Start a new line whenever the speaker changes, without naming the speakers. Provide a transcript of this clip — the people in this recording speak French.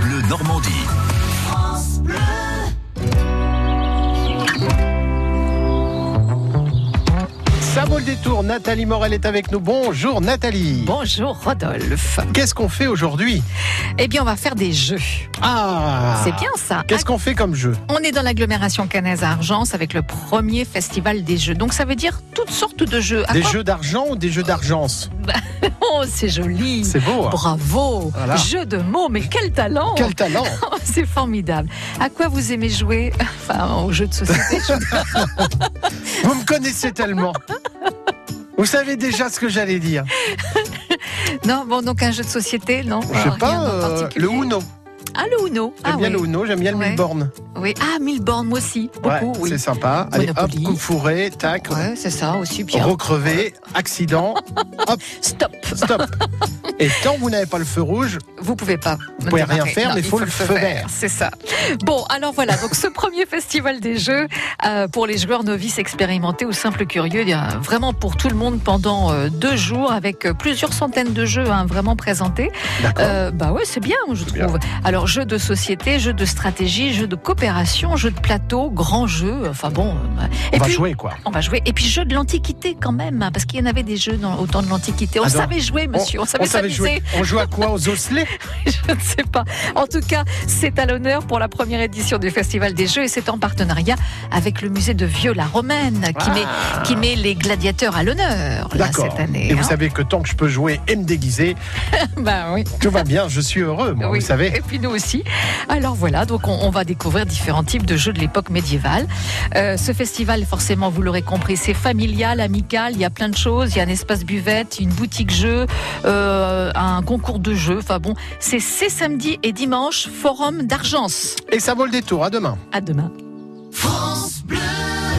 Bleu Normandie. France Bleu.
Ça vaut le détour, Nathalie Morel est avec nous. Bonjour Nathalie.
Bonjour Rodolphe.
Qu'est-ce qu'on fait aujourd'hui
Eh bien, on va faire des jeux.
Ah
C'est bien ça. Ah,
Qu'est-ce qu'on fait comme jeu
On est dans l'agglomération canaise à Argence avec le premier festival des jeux. Donc ça veut dire toutes sortes de jeux. À
Des
quoi
jeux d'argent ou des jeux d'argence
bon, c'est joli.
C'est beau. hein
Bravo.
Voilà.
Jeu de mots, mais quel talent.
Quel talent
Oh, c'est formidable. À quoi vous aimez jouer Enfin, aux jeux de société. je-
Vous me connaissez tellement. Vous savez déjà ce que j'allais dire.
non, bon, donc un jeu de société, non
Je sais pas,
Ah, Rien en
euh,
particulier.
le Uno.
Ah, le Uno.
J'aime
Ah,
bien le
oui.
Uno, j'aime bien
Ouais.
le mille bornes.
oui. Ah, mille bornes, moi aussi.
Ouais,
Beaucoup, oui.
c'est sympa. Allez,
Monopoly.
hop, coup fourré, tac,
Ouais, c'est ça, aussi bien.
recrevé, accident,
Stop.
stop. Et tant que vous n'avez pas le feu rouge,
Vous pouvez pas. Vous
pouvez rien faire, mais faut le feu vert.
C'est ça. Bon, alors voilà. Donc ce premier festival des jeux euh, pour les joueurs novices expérimentés ou simples curieux, il y a vraiment pour tout le monde pendant euh, deux jours avec euh, plusieurs centaines de jeux hein, vraiment présentés.
d'accord.
Euh, bah ouais, c'est bien, je
bien.
trouve. Alors jeux de société, jeux de stratégie, jeux de coopération, jeux de plateau, grands jeux. Enfin bon. euh,
on
et
va
puis,
jouer quoi.
On va jouer. Et puis jeux de l'antiquité quand même, hein, parce qu'il y en avait des jeux dans, au temps de l'antiquité. On
Ah, donc,
savait jouer, monsieur. On, savait s'amuser.
jouer. On joue à quoi Aux osselets
Je ne sais pas. En tout cas, c'est à l'honneur pour la première édition du Festival des Jeux et c'est en partenariat avec le musée de Vieux la Romaine qui,
Ah.
met, qui met les gladiateurs à l'honneur là,
D'accord.
cette année.
Et vous
hein.
savez que tant que je peux jouer et me déguiser,
Ben oui.
tout va bien, je suis heureux, moi,
Oui.
vous savez.
Et puis nous aussi. Alors voilà, donc on, on va découvrir différents types de jeux de l'époque médiévale. Euh, ce festival, forcément, vous l'aurez compris, c'est familial, amical. Il y a plein de choses. Il y a un espace buvette, une boutique jeu, euh, un concours de jeux. Enfin bon, c'est ces samedis et dimanches, forum d'Argence.
Et ça vaut le détour, à demain.
À demain.
France